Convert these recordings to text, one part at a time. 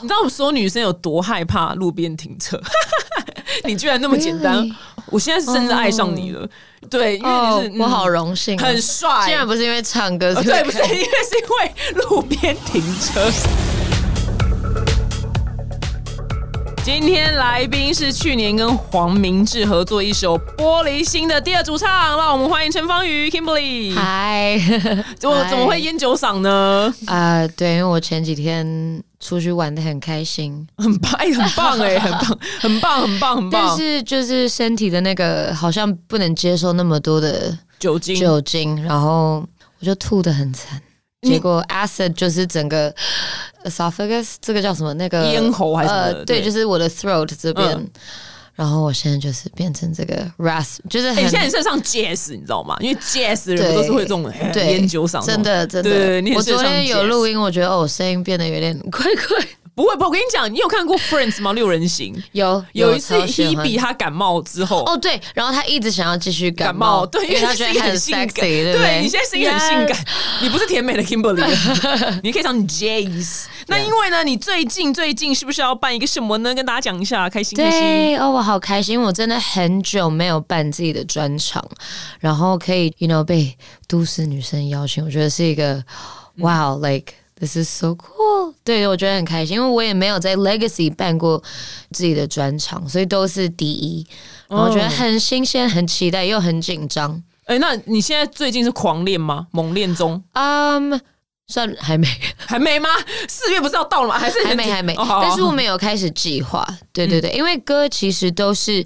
你知道我们所有女生有多害怕路边停 车？你居然那么简单 Really？我现在是真的爱上你了。对，因哦为你是、，嗯我好荣幸哦，很帅，竟然不是因为唱歌，哦所以对，不是因为是因为路边停车。今天来宾是去年跟黄明志合作一首《玻璃心》的第二主唱，让我们欢迎陈芳瑜 Kimberly。嗨， 怎么怎么会烟酒嗓呢？啊？对，因为我前几天出去玩的很开心，很棒，哎、很棒、哎，很棒，很棒，很棒，很但棒。是就是身体的那个好像不能接受那么多的酒精，酒精，然后我就吐的很惨。你结果 acid 就是整个呃 esophagus 这个叫什么？那个呃咽喉还是什么的对，对就是我的 throat 这边。嗯然后我现在就是变成这个 rasp，就是哎、很、你现在你身上 jazz，你知道吗？因为 jazz 的人对都是会这种哎对烟酒嗓，真。的真对的你。也我是昨天上有 jazz 录音，我觉得哦，我声音变得有点怪怪。不会，不会，我跟你讲，你有看过 Friends 吗？六人行 有 有一次超喜欢 Hebe 她感冒之后，哦对，然后他一直想要继续感冒，冒，对，因为他你觉声得音他很很性 sexy，感，对不对你现在声音很性感， 你不是甜美的 Kimberly，你可以啊唱 Jace。那因为呢，你最近最近是不是要办一个什么呢？跟大家讲一下，开心开心。对哦，我好开心，我真的很久没有办自己的专场，然后可以，you know，被都市女生邀请，我觉得是一个、wow 嗯 like。This is so cool！对，我觉得很开心，因为我也没有在 Legacy 办过自己的专场，所以都是第一。然后我觉哦得很新鲜、很期待，又很紧张。哎，那你现在最近是狂练吗？猛练中？嗯、算还没，还没吗？四月不是要到了吗？还是还没还没，哦好好嗯但是我们有开始计划。对对对，因为歌其实都是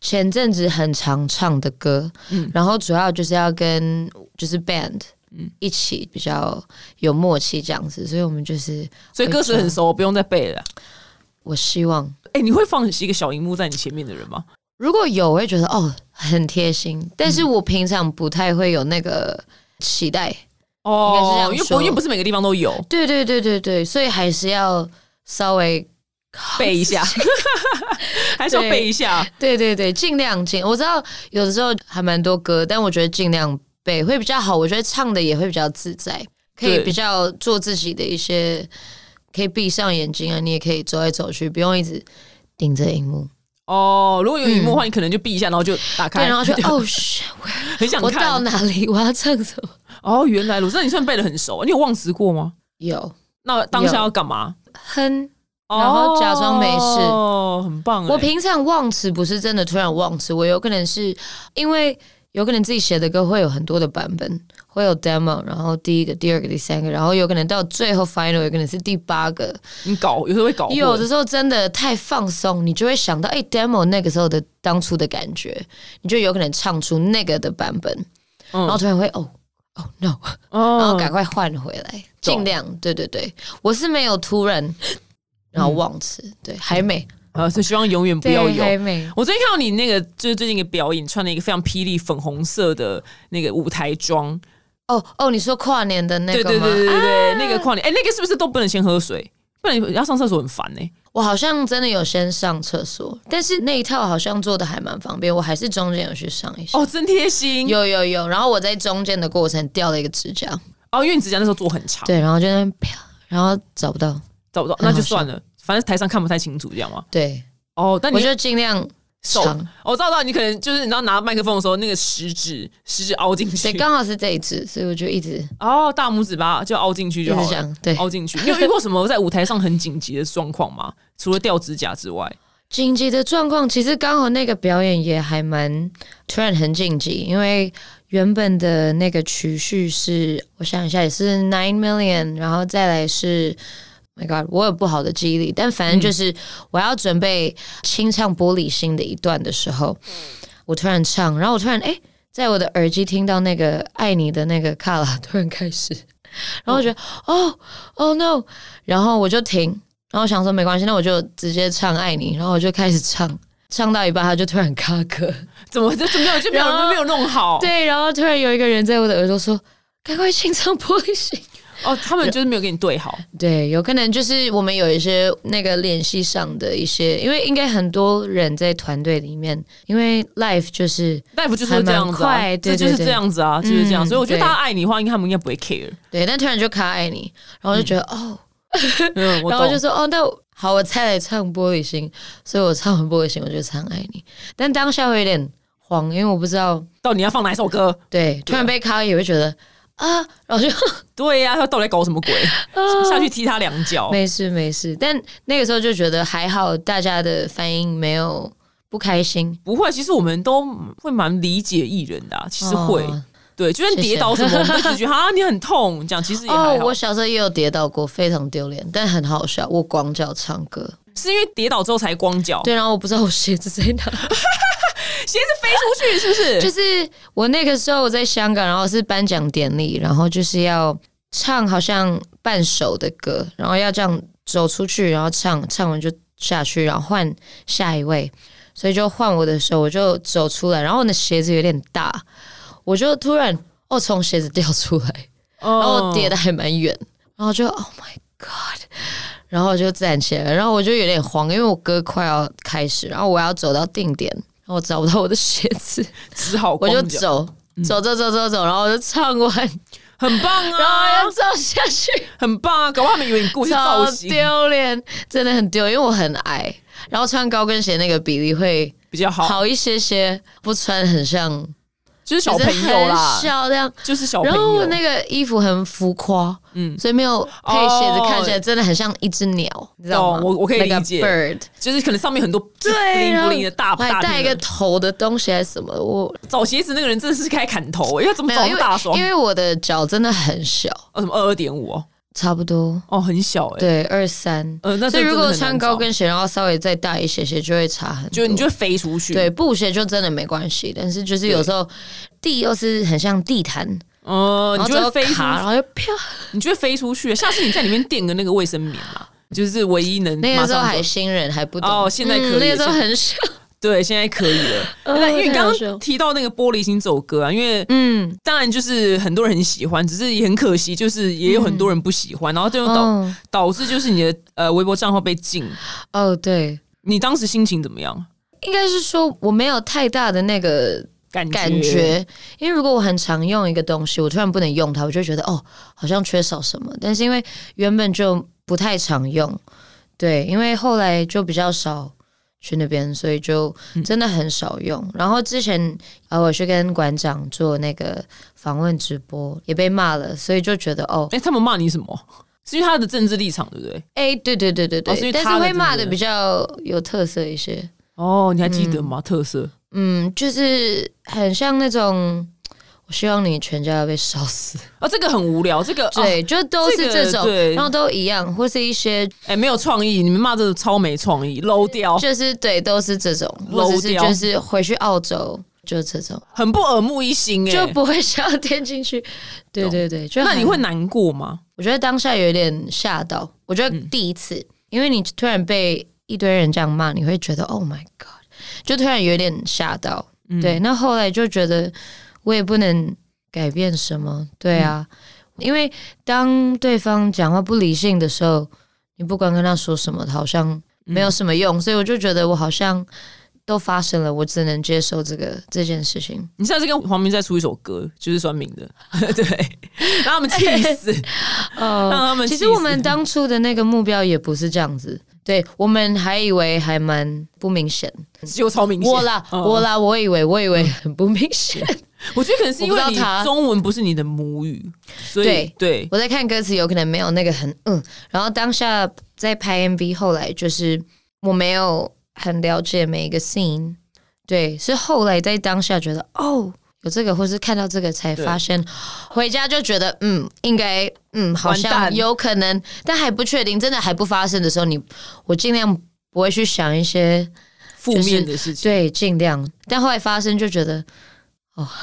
前阵子很常唱的歌，嗯然后主要就是要跟就是 band。一起比较有默契这样子，所以我们就是，所以歌词很熟，不用再背了。我希望哎，你会放一个小荧幕在你前面的人吗？如果有，我会觉得哦很贴心，但是我平常不太会有那个期待，应该是这样哦，因为不说哦因为不是每个地方都有对对对对对，所以还是要稍微背一下， 还是要对背一下。对对对，尽量尽。我知道有的时候还蛮多歌，但我觉得尽量背会比较好。我觉得唱的也会比较自在，可以对比较做自己的一些，可以闭上眼睛啊，你也可以走来走去，不用一直盯着荧幕。哦，如果有荧幕的话，你可能就闭一下，然 后就打开，嗯对，然后就哦，很想我看到。哪里？我要唱什么？哦，原来鲁那你算背的很熟，你有忘词过吗？ 有那当下要干嘛？哼。 然后假装没事哦，很棒、欸。我平常忘词不是真的突然忘词，我有可能是因为有可能自己写的歌会有很多的版本，会有 demo，然后第一个、第二个、第三个，然后有可能到最后 final 有可能是第八个。你搞有时候会搞混有的时候真的太放松，你就会想到哎、demo 那个时候的当初的感觉，你就有可能唱出那个的版本，嗯然后突然会哦哦 no，然后哦，赶快换回来，懂尽量对对对，我是没有突然然后忘词，对，还没呃，所以希望永远不要对还有。没。我最近看到你那个，就是最近一个表演，穿了一个非常霹雳粉红色的那个舞台装，哦哦，你说跨年的那对个吗？对对对对啊对，那个跨年，哎、那个是不是都不能先喝水？不然要上厕所很烦呢、我好像真的有先上厕所，但是那一套好像做的还蛮方便，我还是中间有去上一下。哦，真贴心有有有，然后我在中间的过程掉了一个指甲，哦，因为你指甲那时候做很长，对，然后就在那边啪，然后找不到，找不到，很那好就算了，反正台上看不太清楚，这样吗？对，哦，但你我就尽量手长，，我知道，知道你可能就是你知道拿麦克风的时候，那个食指食指凹进对，去，刚好是这一只，所以我就一直哦，大拇指吧就凹进去一就直好这了，样，对，凹进去。你有遇过什么在舞台上很紧急的状况吗？除了掉指甲之外，紧急的状况，其实刚好那个表演也还蛮突然很紧急，因为原本的那个曲序是，我想一下也是 nine million，然后再来是。My，Oh God，我有不好的记忆力，但反正就是我要准备清唱《玻璃心》的一段的时候，我突然唱，然后我突然哎、诶在我的耳机听到那个“爱你”的那个卡拉突然开始，然后我觉得哦哦 no，然后我就停，然后想说没关系，那我就直接唱《爱你》，然后我就开始唱，唱到一半他就突然卡壳，怎么就就没有就没有然后就没有弄好？对，然后突然有一个人在我的耳朵说：“赶快清唱玻璃心。哦，他们就是没有给你对好，”对，有可能就是我们有一些那个联系上的一些，因为应该很多人在团队里面，因为 life 就是大夫就是会这样还蛮子啊快，这对就是对对这样子啊，就是这样。嗯所以我觉得对大家爱你的话，应该他们应该不 会 care。对，但突然就卡爱你，然后我就觉得、哦，嗯，我然后就懂。说哦，那我好，我再来唱《玻璃心》，所以我唱完《玻璃心》，我就唱《爱你》，但当下会有点慌，因为我不知道，到底要放哪一首歌？对，突然被卡也会觉得啊，然后就对呀、他到底在搞什么 鬼？下去踢他两脚。啊没事没事。但那个时候就觉得还好，大家的反应没有不开心，不会，其实我们都会蛮理解艺人的啊、其实会。哦对，就算谢谢跌倒什么，我们会只 觉得啊，你很痛，这样其实也哦还，好。我小时候也有跌倒过，非常丢脸，但很好笑。我光脚唱歌，是因为跌倒之后才光脚，对，然后我不知道我鞋子在哪，鞋子飞出去是不是？就是我那个时候我在香港，然后是颁奖典礼，然后就是要唱好像半首的歌，然后要这样走出去，然后唱，唱完就下去，然后换下一位，所以就换我的时候，我就走出来，然后我的鞋子有点大，我就突然哦从鞋子掉出来，嗯然后我跌的的还蛮远，然后就 Oh my God，然后我就站起来了，然后我就有点慌，因为我歌快要开始，然后我要走到定点，然后我找不到我的鞋子，只好我光就脚，走。走走走走走，然后我就唱完，很棒然后嗯啊要，走下去，很棒啊！搞不好他们以为你故事超造型丢脸，真的很丢，因为我很矮，然后穿高跟鞋那个比例会比较好，好一些些，不穿很像就是小朋友就是啦很，小这样。就是小朋然后我友。那个衣服很浮夸，嗯嗯，所以没有配鞋子，哦看起来真的很像一只鸟，你知道吗？懂我我可以那个理解 bird，就是可能上面很多对，灵然不后灵的大我还大带一片个的头的东西还是什么，我找鞋子那个人真的是该砍头、欸，因为怎么没找那有，因么为大双因？为我的脚真的很小，哦，什么二二点五哦，差不多哦，很小哎、欸。对二三，呃，那所真以的如果真的很穿难高找，跟鞋，然后稍微再大一些些，就会差很多。就你就会飞出去。对，布鞋就真的没关系，但是就是有时候地又是很像地毯，呃，然你后就只要会飞出卡，然后就飘。你就会飞出去。下次你在里面垫个那个卫生棉啊，就是唯一能那个时嗯候马上还就新人还不懂嗯哦现在可以那个时候 很小，对，现在可以 了。哦那因为你刚刚提到那个《玻璃心》这首歌啊，因为嗯，当然就是很多人很喜欢，只是也很可惜，就是也有很多人不喜欢，然后最后导、哦导致就是你的呃微博账号被禁。哦对，你当时心情怎么样？应该是说我没有太大的那个感觉感觉，因为如果我很常用一个东西，我突然不能用它，我就会觉得哦，好像缺少什么。但是因为原本就不太常用，对，因为后来就比较少去那边，所以就真的很少用。然后之前呃，我去跟馆长做那个访问直播，也被骂了，所以就觉得哦，哎、他们骂你什么？是因为他的政治立场，对不对？哎，对对对对对，哦所以但他是的会骂对的不对比较有特色一些。哦，你还记得吗？特色嗯，就是很像那种，我希望你全家要被烧死。哦，这个很无聊，这个哎、哦对，就都是这个这种，对然后都一样，或是一些哎没有创意，你们骂这个超没创意，low 掉，就是对，都是这种， low 或者是哦掉就是回去澳洲就这种，很不耳目一新哎、就不会想要 填进去。对对对，就那很你会，难过吗？我觉得当下有点吓到，我觉得第一次，因为你突然被一堆人这样骂，你会觉得 Oh my God，就突然有点吓到。对，那后来就觉得我也不能改变什么，对啊，因为当对方讲话不理性的时候，你不管跟他说什么，好像没有什么用，所以我就觉得我好像都发生了，我只能接受这个这件事情。你下次跟黄明再出一首歌，就是酸民的， 对，让他们气死，让哦，他们气其死。实我们当初的那个目标也不是这样子，对我们还以为还蛮不明显。就超明显，我啦，嗯我啦，我以为我以为很不明显。我觉得可能是因为我不你知道他中文不是你的母语，所以对对我在看歌词，有可能没有那个很嗯，然后当下在拍 MV，后来就是我没有很了解每一个 scene，对，是后来在当下觉得哦有这个，或是看到这个才对发现，回家就觉得嗯应该嗯好完像蛋有可能，但还不确定，真的还不发生的时候，你我尽量不会去想一些负面的事情。对，尽量，但后来发生就觉得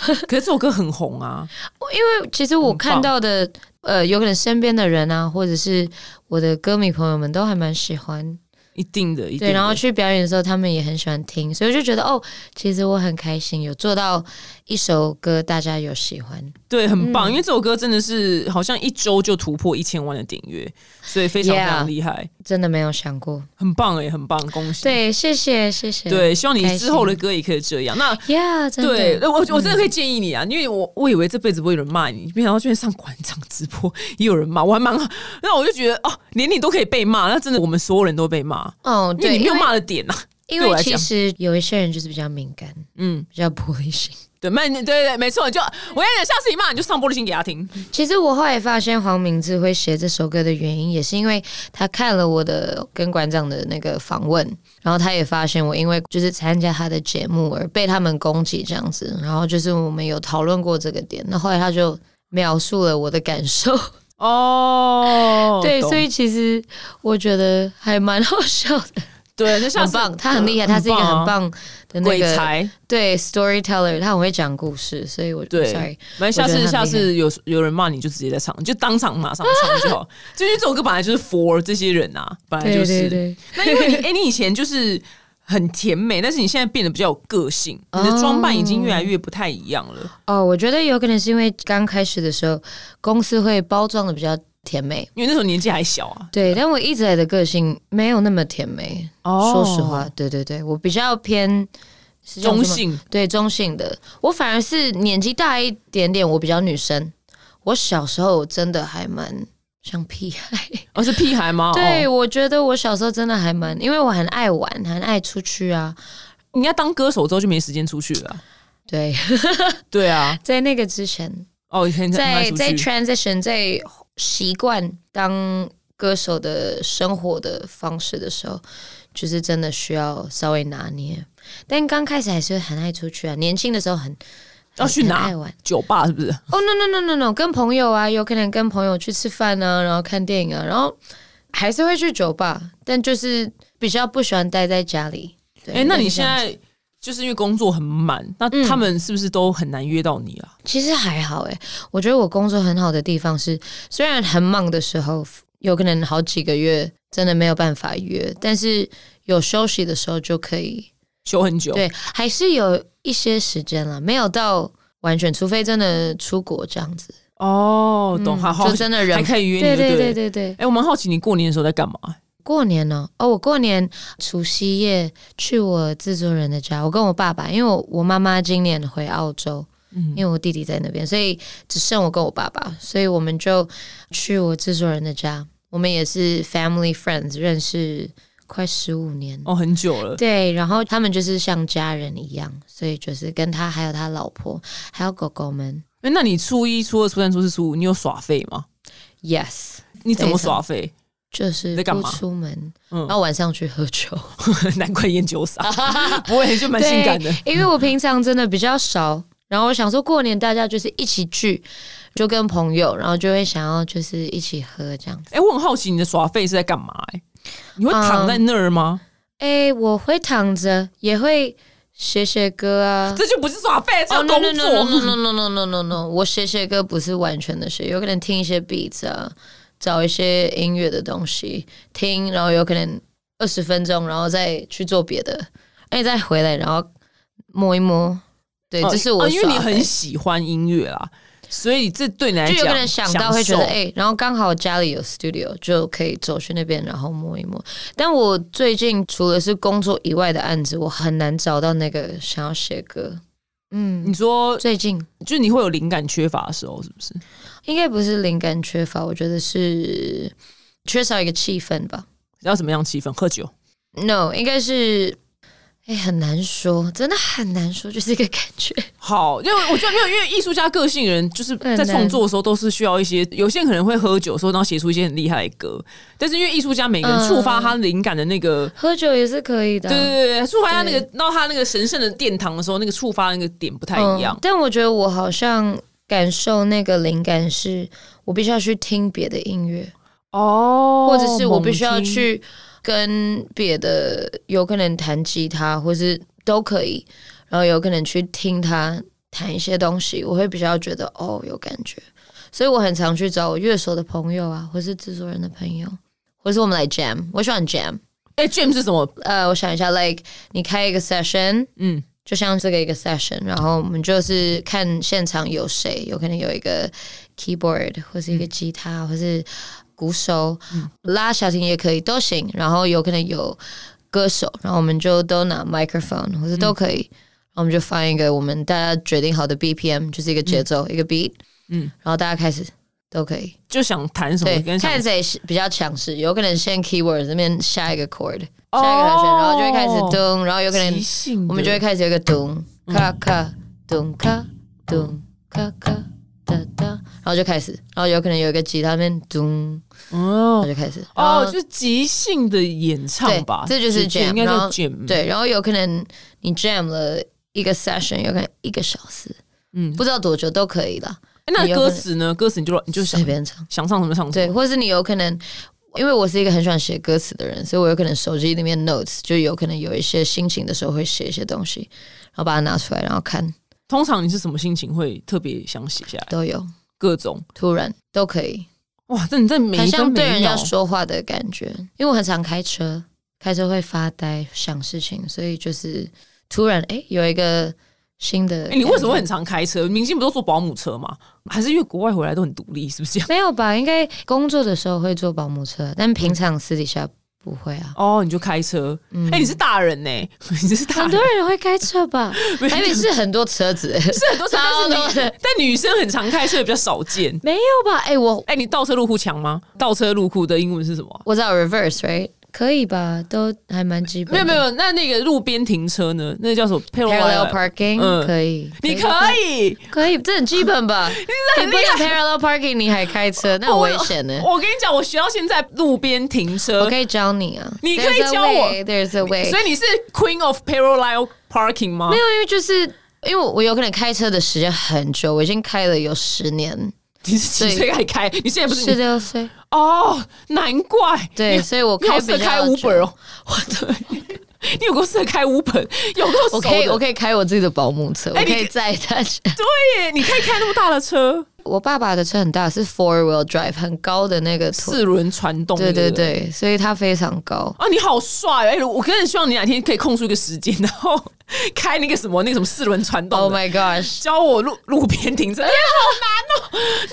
可是这首歌很红啊，因为其实我看到的，呃，有可能身边的人啊，或者是我的歌迷朋友们都还蛮喜欢，一定的，一定对，的然后去表演的时候，他们也很喜欢听，所以我就觉得哦，其实我很开心，有做到一首歌大家有喜欢，对，很嗯棒，因为这首歌真的是好像一周就突破一千万的点阅，所以非常 Yeah 非常厉害，真的没有想过。很棒哎、很棒，恭喜！对，谢谢谢谢。对，希望你之后的歌也可以这样。那呀，真的嗯对，那我我真的可以建议你啊，因为我我以为这辈子不会有人骂你，没想到居然上馆长直播也有人骂，我还蛮……那我就觉得哦，连你都可以被骂，那真的我们所有人都被骂，哦，因为对，你没有因为骂的点啊。因对我为来其讲实有一些人就是比较敏感，嗯，比较玻璃心。对，慢，对对对，没错，你就我跟你讲，下次你骂你就上玻璃心给他听，其实我后来发现黄明志会写这首歌的原因，也是因为他看了我的跟馆长的那个访问，然后他也发现我因为就是参加他的节目而被他们攻击这样子，然后就是我们有讨论过这个点，那后来他就。描述了我的感 受，哦，对，懂所以其实我觉得还蛮好笑的，对，那下很次啊棒，他很厉害，他是一个很棒的那鬼个才，对 storyteller，他很会讲故事，所以我对 sorry，反正下次我觉得很厉害下次有有人骂你就直接在场，你就当场马上唱就好。就因为这首歌本来就是 for 这些人啊，本来对就是。对对，那因为你哎、诶你以前就是很甜美，但是你现在变得比较有个性，你的装扮已经越来越不太一样了。哦，我觉得有可能是因为刚开始的时候，公司会包装的比较甜美，因为那时候年纪还小啊。对，但我一直来的个性没有那么甜美。哦哦说实话，，对对对，我比较偏是这样中子吗，性对中性的。我反而是年纪大一点点，我比较女生。我小时候真的还蛮像屁孩，而、哦、是屁孩吗？对哦，我觉得我小时候真的还蛮，因为我很爱玩，很爱出去啊。你要当歌手之后就没时间出去了啊。对， 对啊，在那个之前，哦，以前很爱在出在去。 transition 在习惯当歌手的生活的方式的时候，就是真的需要稍微拿捏。但刚开始还是很爱出去啊，年轻的时候很要哦去很哪爱玩。酒吧是不是？哦、no no no no no，跟朋友啊，有可能跟朋友去吃饭啊，然后看电影啊，然后还是会去酒吧，但就是比较不喜欢待在家里。对哎、那你就这现样嗯在就是因为工作很满，那他们是不是都很难约到你啊？其实还好诶、我觉得我工作很好的地方是，虽然很忙的时候，有可能好几个月真的没有办法约，但是有休息的时候就可以。休很久，对，还是有一些时间了，没有到完全，除非真的出国这样子，哦，懂，好好嗯就，真的人还。可以约对你，对对对了。对对，哎、我蛮好奇你过年的时候在干嘛？过年呢、哦，我过年除夕夜去我制作人的家，我跟我爸爸，因为我我妈妈今年回澳洲，嗯因为我弟弟在那边，所以只剩我跟我爸爸，所以我们就去我制作人的家。我们也是 family friends，认识快十五年，哦，很久了。对，然后他们就是像家人一样，所以就是跟他还有他老婆还有狗狗们哎、那你初一、初二、初三、初四、初五，你有耍废吗？ ，yes，你怎么非常耍废？ 就是在干不嘛出门，嗯然后晚上去喝酒。难怪烟酒 傻，不会就蛮性感的。因为我平常真的比较少，然后我想说过年大家就是一起聚，就跟朋友，然后就会想要就是一起喝这样子。哎、我很好奇你的耍废是在干嘛、哎，你会躺在那儿吗？哎，我会躺着，也会写写歌啊。这就不是耍废，这叫哦、no 工 no 作。 no no no no no no no no！我写写歌不是完全的写，有可能听一些 beats 啊，找一些音乐的东西听，然后有可能二十分钟，然后再去做别的，哎，再回来，然后摸一摸。对，哦这是我、哦因为你耍很废喜欢音乐啦，所以这对你来就讲，有可能想到会觉得享受哎、诶然后刚好家里有 studio，就可以走去那边，然后摸一摸。但我最近除了是工作以外的案子，我很难找到那个想要写歌。嗯，你说最近就是你会有灵感缺乏的时候，是不是？应该不是灵感缺乏，我觉得是缺少一个气氛吧。要怎么样气氛？喝酒？ No，应该是。哎、很难说，真的很难说，就是一个感觉。 好，因为我觉得没有，因为艺术家个性人就是在创作的时候都是需要一些，有些人可能会喝酒的时候，然后写出一些很厉害的歌，但是因为艺术家每个人触发他灵感的那个。喝酒也是可以的啊、对对嗯对对，触发他那个到他那个神圣的殿堂的时候，那个触发那个点不太一样嗯。但我觉得我好像感受那个灵感是，我必须要去听别的音乐。哦或者是我必须要去跟别的，有可能弹吉他，或是都可以，然后有可能去听他弹一些东西，我会比较觉得哦有感觉，所以我很常去找我乐手的朋友啊，或是制作人的朋友，或是我们来 jam，我喜欢 jam，哎、j a m e s 是什么？呃，我想一下，like 你开一个 session，嗯，就像这个一个 session，然后我们就是看现场有谁，有可能有一个 keyboard 或是一个吉他、或是鼓手，拉小提也可以都行，然后有可能有歌手，然后我们就都拿 microphone 或者都可以，然后我们就放一个我们大家决定好的 BPM，就是一个节奏、一个 beat，嗯，然后大家开始都可以。就想弹什么对，跟想看谁是比较强势，有可能先 keyword 这边下一个 chord，、下一哦个和弦，然后就会开始咚，然后有可能即兴的我们就会开始有一个咚嗯咔咔咚咔咚咔咔哒哒，然后就开始，然后有可能有一个吉他那边咚，然哦后就开始，哦，就是即兴的演唱对吧，，这就是这 jam，应该然后叫 jam，，对，然后有可能你 jam 了一个 session，有可能一个小时，嗯嗯，不知道多久都可以啦，哎那你有歌可能词呢？歌词你就你就想随便唱。想唱什么唱什么。对，或是你有可能，因为我是一个很喜欢写歌词的人，所以我有可能手机里面 notes 就有可能有一些心情的时候会写一些东西，然后把它拿出来，然后看通常你是什么心情会特别想写下来？都有，各种突然都可以，哇，这你这每很一分像对每人一秒哦家，说话的感觉。因为我很常开车，开车会发呆想事情，所以就是突然哎有一个新的感哎、觉、你为什么会很常开车？明星不都坐保姆车吗？还是因为国外回来都很独立，是不是这样？ 没有吧？应该工作的时候会坐保姆车，但平常私底下不会啊。哦，你就开车，哎、你是大人呢、 你是大嗯很人多，人会开车吧？台北是很多车子，是很多车，但是女但女生很常开车比较少见。没有吧？哎、我哎、你倒车入库强吗？倒车入库的英文是什么啊？我知道 reverse right 可以吧？都还蛮基本没的。有没有，那那个路边停车呢？那叫什么 parallel parking、嗯可以，你可以，可以，这很基本 吧？你不能 parallel parking 你还开车，那很危险 呢、我跟你讲，我学到现在路边停车我可以教你啊，你可以 There's a 教我 way, There's a way。所以你是 Queen of Parallel Parking 吗没？有，因为就是因为我有可能开车的时间很久，我已经开了有十年，你是几岁开始开？你现在不是十你六岁。哦，难怪对，所以我你好开适合比开较 Uber 久。哦， 我对，你有够适合开 Uber，有够熟我可以，我的。可以开我自己的保姆车，哎我你可以载大家。对耶，你可以开那么大的车， 我爸爸的车很大，是 four wheel drive，很高的那个腿。四轮传动，对对对不。对，所以它非常高。啊，你好帅哎、我真的希望你哪天可以空出一个时间，然后开那个什么那个什么四轮传动 Oh 的 my gosh！教我路路边停车，哎呀，好难哦、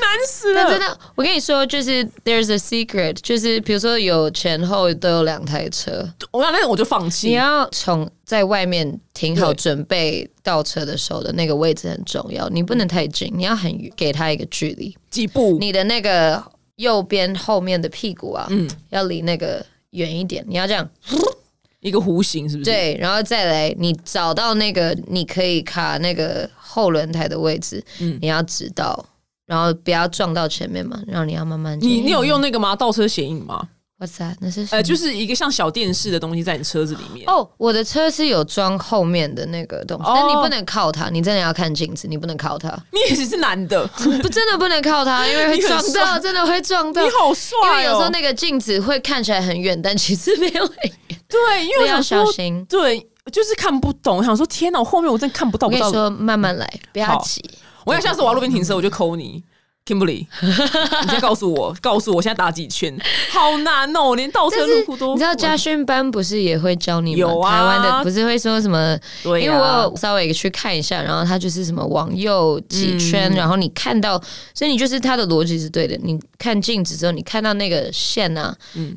难死但了。真的，我跟你说，就是 there's a secret，就是比如说有前后都有两台车，我想，那我就放你弃。要从在外面停好，对准备倒车的时候的那个位置很重要，你不能太近，你要很远给他一个距离，几步？你的那个右边后面的屁股啊，嗯要离那个远一点，你要这样。一个弧形是不是？，对，然后再来，你找到那个你可以卡那个后轮胎的位置，嗯你要直到，然后不要撞到前面嘛，然后你要慢慢进。你你有用那个吗？倒车显影吗？ What's that？那是什呃，么？就是一个像小电视的东西在你车子里面。哦，我的车是有装后面的那个东西，哦但你不能靠它，你真的要看镜子，你不能靠它， 你也是男的，不真的不能 靠它，因为会你很撞帅到，真的会撞到你。好因为帅有时候哦！那个镜子会看起来很远，但其实没有很欸 远，对，因为我要想小说，心。对，就是看不懂。我想说，天哪，我后面我真的看不到。我跟你到底说，慢慢来，不要好急。我要下次我要路边停车，我就扣你。Kimberly，你 现在告诉我，告诉我现在打几圈？好难哦，连倒车但入是库都你知道家训班不是也会教你吗？有啊台湾的不是会说什么？对啊因为我有稍微去看一下，然后它就是什么往右几圈，嗯然后你看到，所以你就是它的逻辑是对的。你看镜子之后，你看到那个线啊，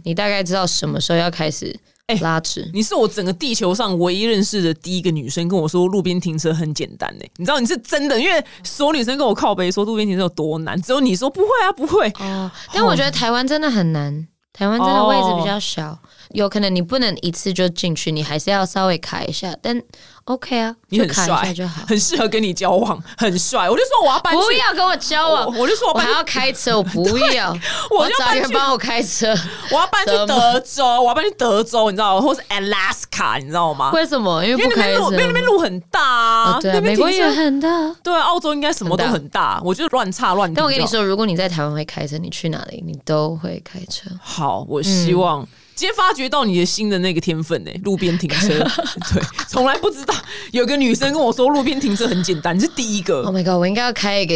你大概知道什么时候要开始嗯哎拉直。你是我整个地球上唯一认识的第一个女生跟我说路边停车很简单呢、你知道你是真的，因为所有女生跟我靠背说路边停车有多难，只有你说不会啊，不会。哦，但我觉得台湾真的很难，台湾真的位置比较小，哦有可能你不能一次就进去，你还是要稍微卡一下。但 OK 啊，你就很卡一帅 下就，好。很适合跟你交往，很帅。我就说我要搬去，不要跟我交往，我我就说我我搬还去，要开车，我不 要，我要就找搬人去，啊帮我开车，我要搬去什么德州，我要搬去德州，你知道，或是 Alaska，你知道吗？为什么？因因为为不那开边车路，因为那边路很大啊，哦对那啊，边美停国也车很大。对啊，澳洲应该什么都很大很大，我觉得乱差乱。但我跟你，说，如果你在台湾会开车，你去哪里你都会开车。嗯好，我希望今天发掘到你的新的那个天分呢、欸路边停 车，对，从来不知道有个女生跟我说路边停车很简单，你是第一个。 Oh my god！我应该要开一个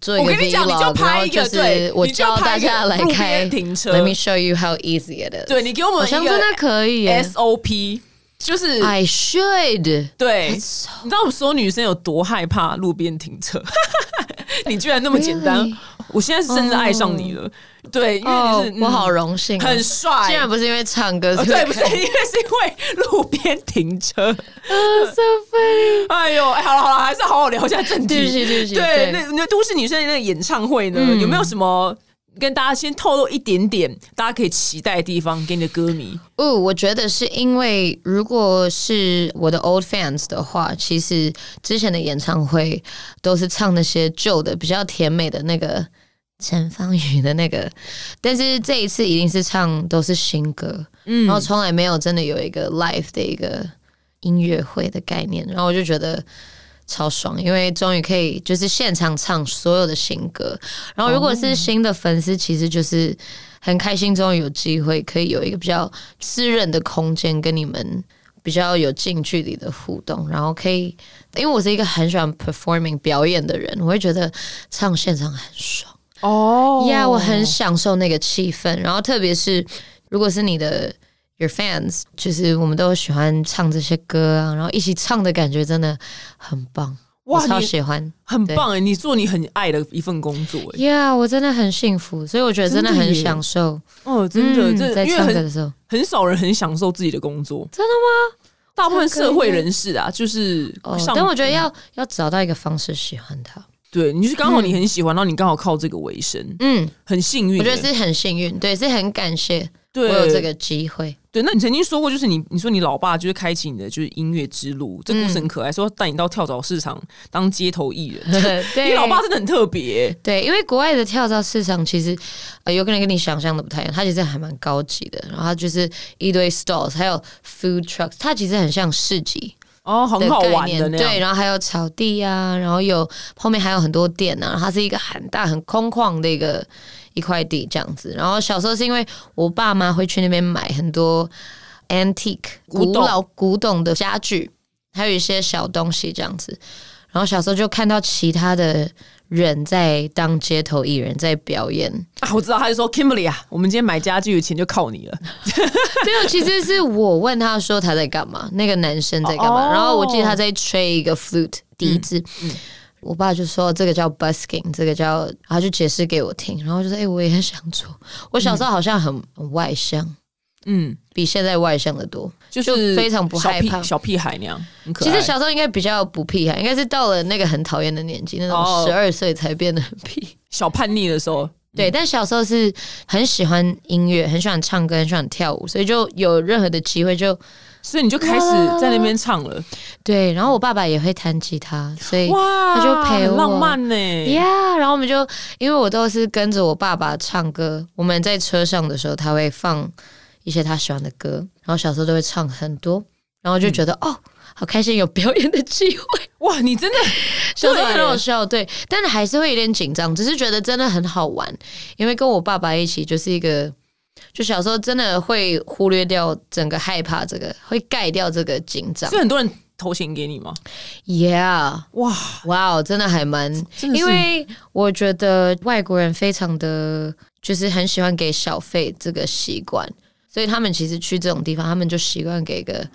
做一个 vlog，我跟你讲你就拍一个然后就对是我你就教拍大一个家来路边开停车 Let me show you how easy it is。对你给我好们像一真的个可以耶。 SOP，就是。 I should。对，你 That's 知道我们所有女生有多害怕路边停车？ 你居然那么简单 Really？我现在是真的爱上你了。对，因哦为你是、嗯我好荣幸哦，很帅，竟然不是因为唱歌，哦所以对，不是因为是因为路边停车。 啊，so funny。哎呦，哎，好了好了，还是好好聊一下正题。对不起对不起对对嗯那那都市女生的那个演唱会呢，有没有什么跟大家先透露一点点，大家可以期待的地方给你的歌迷？哦，我觉得是因为如果是我的 old fans 的话，其实之前的演唱会都是唱那些旧的、比较甜美的那个陈芳宇的那个，但是这一次一定是唱都是新歌，嗯，然后从来没有真的有一个 live 的一个音乐会的概念，然后我就觉得。超爽，因为终于可以就是现场唱所有的新歌。然后如果是新的粉丝，其实就是很开心，终于有机会可以有一个比较私人的空间跟你们。比较有近距离的互动，然后可以，因为我是一个很喜欢 performing 表演的人，我会觉得唱现场很爽。哦呀、我很享受那个气氛。然后特别是如果是你的 your fans，就是我们都喜欢唱这些歌啊，然后一起唱的感觉真的很棒，哇我超你喜欢。很棒哎，你做你很爱的一份工作哎，呀、我真的很幸福，所以我觉得真的真的很耶享受。哦，真的，嗯这在因为唱歌很的时候，很少人很享受自己的工作，真的大部分唱歌应该社会人士啊，就是哦上，但我觉得要要找到一个方式喜欢他。对，你就是刚好你很喜欢，然后你刚好靠这个为生，嗯，很幸运我欸。觉得是很幸运，对，是很感谢我对有这个机会。对，那你曾经说过，就是你你说你老爸就是开启你的就是音乐之路，这故事嗯很可爱，说带你到跳蚤市场当街头艺人。 对，你老爸真的很特别、对，因为国外的跳蚤市场其实呃有可能跟你想象的不太一样，它其实还蛮高级的，然后它就是一堆 stalls，还有 food trucks，它其实很像市集哦，的很好概玩念，的那样。对，然后还有草地啊，然后有后面还有很多店啊，它是一个很大很空旷的一个一块地这样子。然后小时候是因为我爸妈会去那边买很多 antique 古古董老古董的家具，还有一些小东西这样子。然后小时候就看到其他的人在当街头艺人，在表演。啊，我知道，他就说 Kimberly 啊，我们今天买家具的钱就靠你了。 没有，其实是我问他说他在干嘛，那个男生在干嘛。哦嗯然后我记得他在吹一个 flute 笛子。我爸就说这个叫 busking，这个叫，然后他就解释给我听，然后我就说，哎、我也很想做。我小时候好像很很外向，嗯，比现在外向的多。就是就非常不小害屁怕小屁孩那样，很可其爱。实小时候应该比较不屁孩，应该是到了那个很讨厌的年纪，那哦嗯种十二岁才变得很屁。小叛逆的时候，对，但小时候是很喜欢音乐，很喜欢唱歌，很喜欢跳舞，所以就有任何的机会就所以你就开始在那边唱了，对。然后我爸爸也会弹吉他，所以哇，他就陪很我浪漫呢、呀然后我们就因为我都是跟着我爸爸唱歌，我们在车上的时候他会放一些他喜欢的歌，然后小时候都会唱很多，然后就觉得、哦，好开心有表演的机会。哇，你真的小 时候很好对笑，对，但是还是会有点紧张，只是觉得真的很好玩，因为跟我爸爸一起就是一个，就小时候真的会忽略掉整个害怕，这个会盖掉这个紧张是很多人投钱给你吗？ ，Yeah，哇，哇哦，真的还蛮，真嗯的是因为我觉得外国人非常的就是很喜欢给小费这个习惯，所以他们其实去这种地方，他们就习惯给个。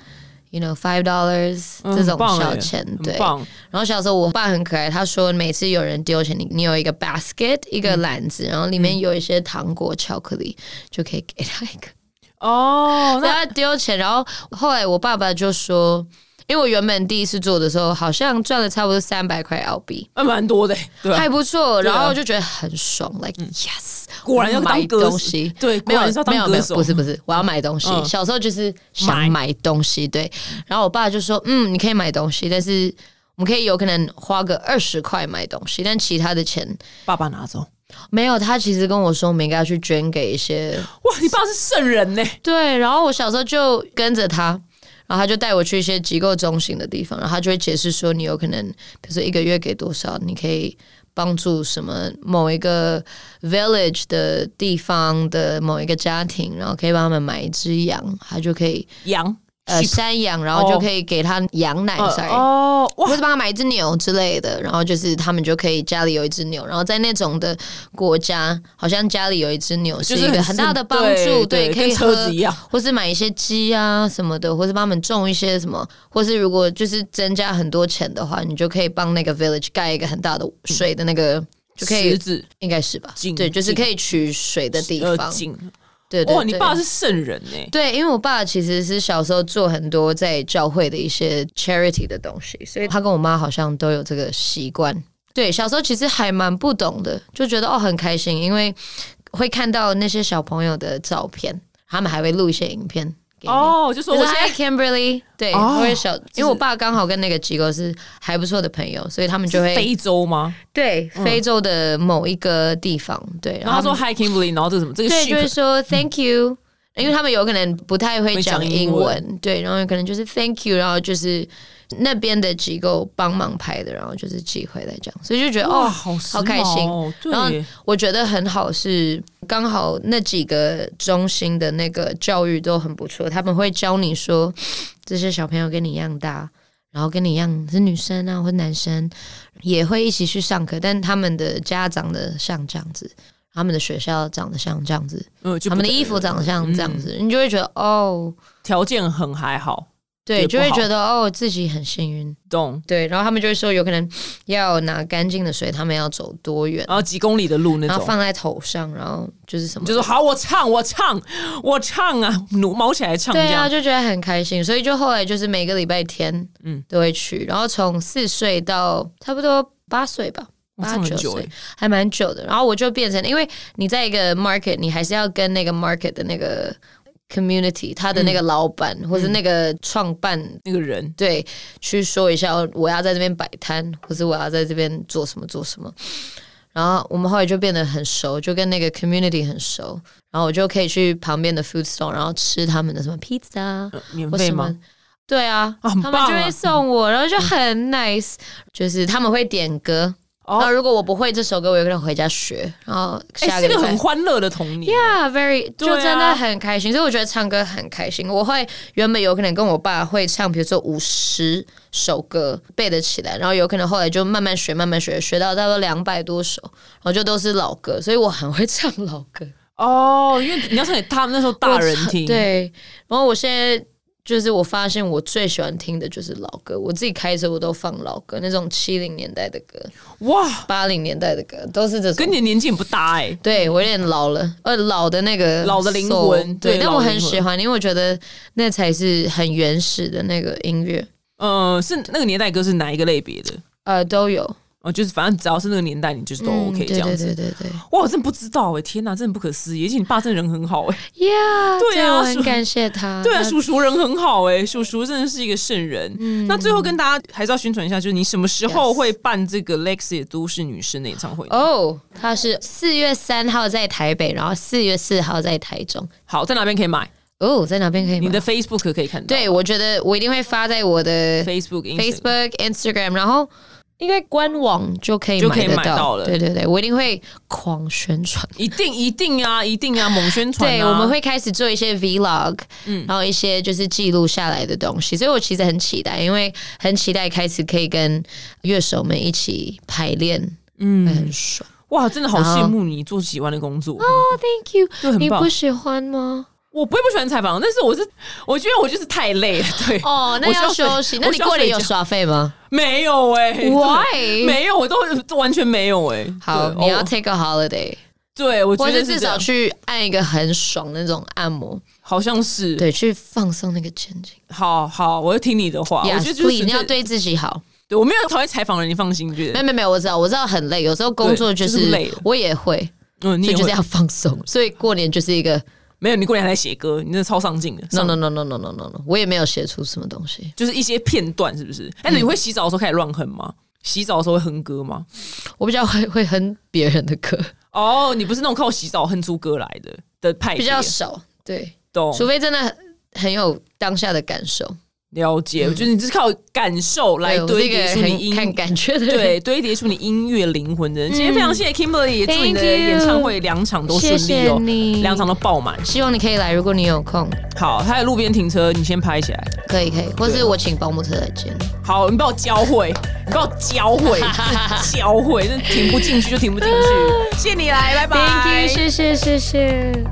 You know, five dollars、嗯这很种棒小欸钱，对很，棒，然后小时候我爸很可爱，他说每次有人丢钱，你你有一个 basket 一个篮子，然后里面有一些糖果、巧克力，就可以给他一个。 哦，然那后他丢钱，然后后来我爸爸就说，因为我原本第一次做的时候，好像赚了差不多三百块澳币。还蛮多的、欸， 对吧还？不错，对啊嗯然后我就觉得很爽，like yes，果然要我买当歌手东西，对，果没有然是要没当有没歌有，手，不是不是，我要买东西。嗯小时候就是想买买东西，对。然后我爸就说：“嗯，你可以买东西，但是我们可以有可能花个二十块买东西，但其他的钱爸爸拿走。没有。”他其实跟我说，我们应该要去捐给一些哇，你爸是圣人呢、对。然后我小时候就跟着他。然后他就带我去一些机构中心的地方，然后他就会解释说，你有可能，比如说一个月给多少，你可以帮助什么某一个 village 的地方的某一个家庭，然后可以帮他们买一只羊，他就可以羊呃 sheep 山羊，然后哦就可以给他羊奶、呃 s o r r y 哦，哇或是帮他买一只牛之类的，然后就是他们就可以家里有一只牛，然后在那种的国家，好像家里有一只牛是就一是个很大的帮助，对，可以跟喝车子一样，或是买一些鸡啊什么的，或是帮他们种一些什么，或是如果就是增加很多钱的话，你就可以帮那个 village 盖一个很大的水的那个，就可池以子应该是吧嗯井？对，就是井可以取水的地呃方。井对对哇，你对爸是圣人哎、对，因为我爸其实是小时候做很多在教会的一些 charity 的东西，所以他跟我妈好像都有这个习惯。对，小时候其实还蛮不懂的，就觉得哦很开心，因为会看到那些小朋友的照片，他们还会录一些影片给你。哦，就说就我是现在 Hi Kimberly，对，哦我也小，是因为我爸刚好跟那个机构是还不错的朋友，所以他们就会是非洲吗？对非洲的某一个地方，对，然后他们说 Hi Kimberly，然后这个什么这个对，就 sheep 会说 Thank you，因为他们有可能不太会会讲讲英英文，对，然后有可能就是 Thank you，然后就是那边的机构帮忙拍的，然后就是寄回来这样，所以就觉得哇，哦，好时髦好开心哦，对然后耶，我觉得很好是刚好那几个中心的那个教育都很不错，他们会教你说这些小朋友跟你一样大，然后跟你一样是女生啊或男生，也会一起去上课，但他们的家长的像这样子。他们的学校长得像这样子，嗯，就他们的不得嗯衣服长得像这样子，你就会觉得哦，条件很还好，对，觉得就不会好觉得哦自己很幸运，懂。对。然后他们就会说，有可能要拿干净的水，他们要走多远，然后几公里的哦路那然后种，放在头上，然后就是什么，就说好，我唱，我唱，我唱啊，努毛起来唱这对啊，样。就觉得很开心。所以就后来就是每个礼拜天，嗯嗯，都会去。然后从四岁到差不多八岁吧，我八唱很九久岁欸，还蛮久的。然后我就变成，因为你在一个 market，你还是要跟那个 market 的那个 community，他嗯的那个老板、或是那个创办那个人对，去说一下哦我要在这边摆摊，或是我要在这边做什么做什么。然后我们后来就变得很熟，就跟那个 community 很熟。然后我就可以去旁边的 food store，然后吃他们的什么 pizza 呃免或费什么吗？。对啊，啊很他们棒就啊会送我，然后就很 nice，就是他们会点歌。哦然后如果我不会这首歌，我有可能回家学。然后下哎，是个礼个拜很欢乐的童年。 Yeah, very，就对啊真的很开心，所以我觉得唱歌很开心。我会原本有可能跟我爸会唱，比如说五十首歌背得起来，然后有可能后来就慢慢学，慢慢学，学到差不多两百多首，然后就都是老歌，所以我很会唱老歌。哦，因为你要唱给他们那时候大人听，我， 对，然后我现在。就是我发现我最喜欢听的就是老歌，我自己开车我都放老歌，那种七零年代的歌、哇，八零年代的歌都是这种。跟你的年纪很不搭哎。对我有点老了，呃，老的那个老的灵 soul，魂对，对但老我的很灵魂喜欢，因为我觉得那才是很原始的那个音乐，呃，是那个年代歌是哪一个类别的？呃，都有哦，就是反正只要是那个年代，你就是都嗯 OK 这对样对子。对对对哇，我真的不知道哎、天哪，真的不可思议！而且你爸真的人很好 哎、 ，Yeah，对啊我很叔感谢他，对啊，那嗯叔叔人很好哎、叔叔真的是一个圣人。那最后跟大家还是要宣传一下，就是你什么时候 Yes 会办这个 Lexi 的都市女生的演唱会？哦，他是四月三号在台北，然后四月四号在台中，好，在哪边可以买？哦，在哪边可以买？你的 Facebook 可以看到。对，我觉得我一定会发在我的，Facebook、Instagram。 Facebook、Instagram，然后。应该官网就可以就可以得买到了对对对，我一定会狂宣传。一定一定啊，一定啊， 猛宣传、啊！对，我们会开始做一些 vlog，然嗯后一些就是记录下来的东西，所以我其实很期待，因为很期待开始可以跟乐手们一起排练，嗯，会很爽。哇，真的好然后羡慕你做喜欢的工作。哦、oh,，Thank you，对很你棒不喜欢吗？我不会不喜欢采访，但是我是我觉得我就是太累了。对，哦、那我需要睡休息。那我你需要过年睡有觉耍费吗没有哎、欸 ？Why？没有，我都完全没有哎、好，对你要哦 take a holiday，对我觉或得者是至这样少去按一个很爽的那种按摩，好像是对，去放松那个肩颈。好好，我就听你的话。哦我觉得 Yes，就是 please，你要纯粹对自己好。对我没有讨厌采访人，你放心，觉没得有没有没有，我知道，我知道很累，有时候工对作就是是累了我也会。嗯，你所以也就会是要放 松。所以过年就是一个没有，你过年还在写歌，你真的超上进的。 no 上 no no no no no no no，我也没有写出什么东西。就是一些片段，是不嗯是？哎、那你会洗澡的时候开始乱哼吗？洗澡的时候会哼歌吗？我比较会会哼别人的歌，哦，你不是那种靠洗澡哼出歌来的的派别，比较少。对，懂除非真的很很有当下的感受。了解，我觉得你是靠感受来嗯对我是堆一个叠出你很音看嗯感觉的人。 对，堆叠出你音乐灵魂的人。今天非常谢谢 Kimberly，也祝你的 Thank you 演唱会两场都顺利谢谢哦，你两场都爆满。希望你可以来，如果你有空，好，还有路边停车，你先拍起来。可以可以，或是我请保姆车来接你。好，你把我教会，你把我教会，真 教会，真的停不进去就停不进去。谢谢你来，拜拜。 Thank you，谢谢谢谢。